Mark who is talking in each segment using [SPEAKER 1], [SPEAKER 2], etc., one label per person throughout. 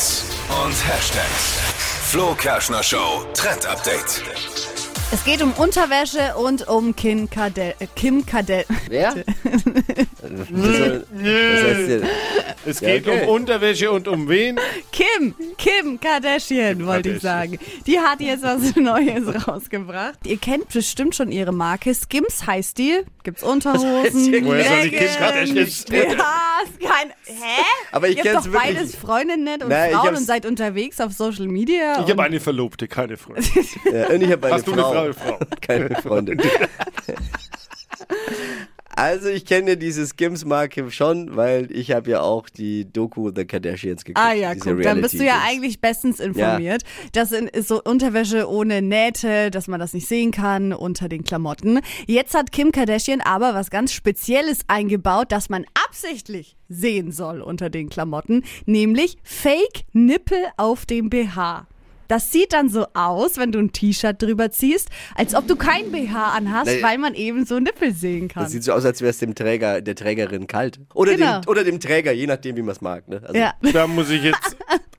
[SPEAKER 1] und Hashtags. Flo Kerschner Show Trend Update.
[SPEAKER 2] Es geht um Unterwäsche und um Kim Kardell. äh, Kim Kardell.
[SPEAKER 3] Wer? Was heißt denn?
[SPEAKER 4] Es
[SPEAKER 3] Ja,
[SPEAKER 4] geht
[SPEAKER 3] okay.
[SPEAKER 4] um Unterwäsche und um wen?
[SPEAKER 2] Kim, Kim Kardashian, wollte ich sagen.
[SPEAKER 4] Kardashian.
[SPEAKER 2] Die hat jetzt was Neues rausgebracht. Ihr kennt bestimmt schon ihre Marke. Skims heißt die. Gibt's Unterhosen.
[SPEAKER 3] hier?
[SPEAKER 4] Woher soll die
[SPEAKER 2] Leggings,
[SPEAKER 4] Kim Kardashian-
[SPEAKER 2] Ja, ist kein. Hä?
[SPEAKER 3] Aber ich
[SPEAKER 2] Ihr habt
[SPEAKER 3] kenn's
[SPEAKER 2] doch
[SPEAKER 3] wirklich.
[SPEAKER 2] beides Freundinnen und
[SPEAKER 3] Nein, ich
[SPEAKER 2] Frauen
[SPEAKER 3] hab's-
[SPEAKER 2] und seid unterwegs auf Social Media.
[SPEAKER 4] Ich
[SPEAKER 2] und-
[SPEAKER 4] habe eine Verlobte, keine Freundin.
[SPEAKER 3] Ja, und ich habe eine
[SPEAKER 4] Hast du eine
[SPEAKER 3] Frau.
[SPEAKER 4] Frau? Frau.
[SPEAKER 3] Keine Freundin. Also ich kenne diese Skims-Marke schon, weil ich habe ja auch die Doku The Kardashians geguckt.
[SPEAKER 2] Ah ja,
[SPEAKER 3] diese
[SPEAKER 2] guck, dann bist du ja
[SPEAKER 3] Reality-Dings.
[SPEAKER 2] eigentlich bestens informiert. Das in- ist so Unterwäsche ohne Nähte, dass man das nicht sehen kann unter den Klamotten. Jetzt hat Kim Kardashian aber was ganz Spezielles eingebaut, das man absichtlich sehen soll unter den Klamotten, nämlich Fake Nippel auf dem BH. Das sieht dann so aus, wenn du ein T-Shirt drüber ziehst, als ob du kein BH anhast,
[SPEAKER 3] Nee.
[SPEAKER 2] weil man eben so Nippel sehen kann.
[SPEAKER 3] Das sieht so aus, als wäre es dem Träger, der Trägerin kalt. Oder,
[SPEAKER 2] Genau.
[SPEAKER 3] dem, oder dem Träger, je nachdem, wie man es mag. Ne? Also,
[SPEAKER 2] ja.
[SPEAKER 4] Da muss ich jetzt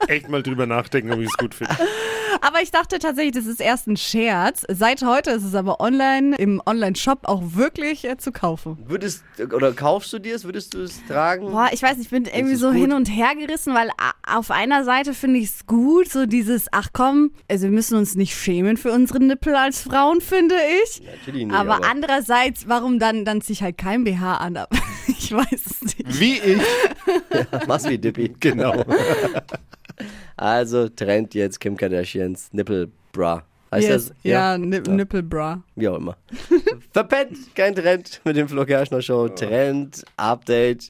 [SPEAKER 4] echt mal drüber nachdenken, ob ich es gut finde.
[SPEAKER 2] Aber ich dachte tatsächlich, das ist erst ein Scherz. Seit heute ist es aber online, im Online-Shop auch wirklich äh, zu kaufen.
[SPEAKER 3] Würdest, oder kaufst du dir es? Würdest du es tragen?
[SPEAKER 2] Boah, ich weiß, nicht, ich bin irgendwie
[SPEAKER 3] ist
[SPEAKER 2] so
[SPEAKER 3] gut.
[SPEAKER 2] hin und her gerissen, weil a- auf einer Seite finde ich es gut, so dieses, ach komm, also wir müssen uns nicht schämen für unsere Nippel als Frauen, finde ich.
[SPEAKER 3] Natürlich nicht,
[SPEAKER 2] aber,
[SPEAKER 3] aber-
[SPEAKER 2] andererseits, warum dann, dann zieh ich halt kein BH an? Aber ich weiß es nicht.
[SPEAKER 4] Wie ich.
[SPEAKER 3] Mach's wie Dippy.
[SPEAKER 4] Genau.
[SPEAKER 3] Also Trend jetzt Kim Kardashians Nippelbra. Heißt
[SPEAKER 2] Yes,
[SPEAKER 3] das?
[SPEAKER 2] ja, Ni Nippelbra.
[SPEAKER 3] Wie auch immer. Verpennt, kein Trend mit dem Flo Kerschner Show. Trend, Update.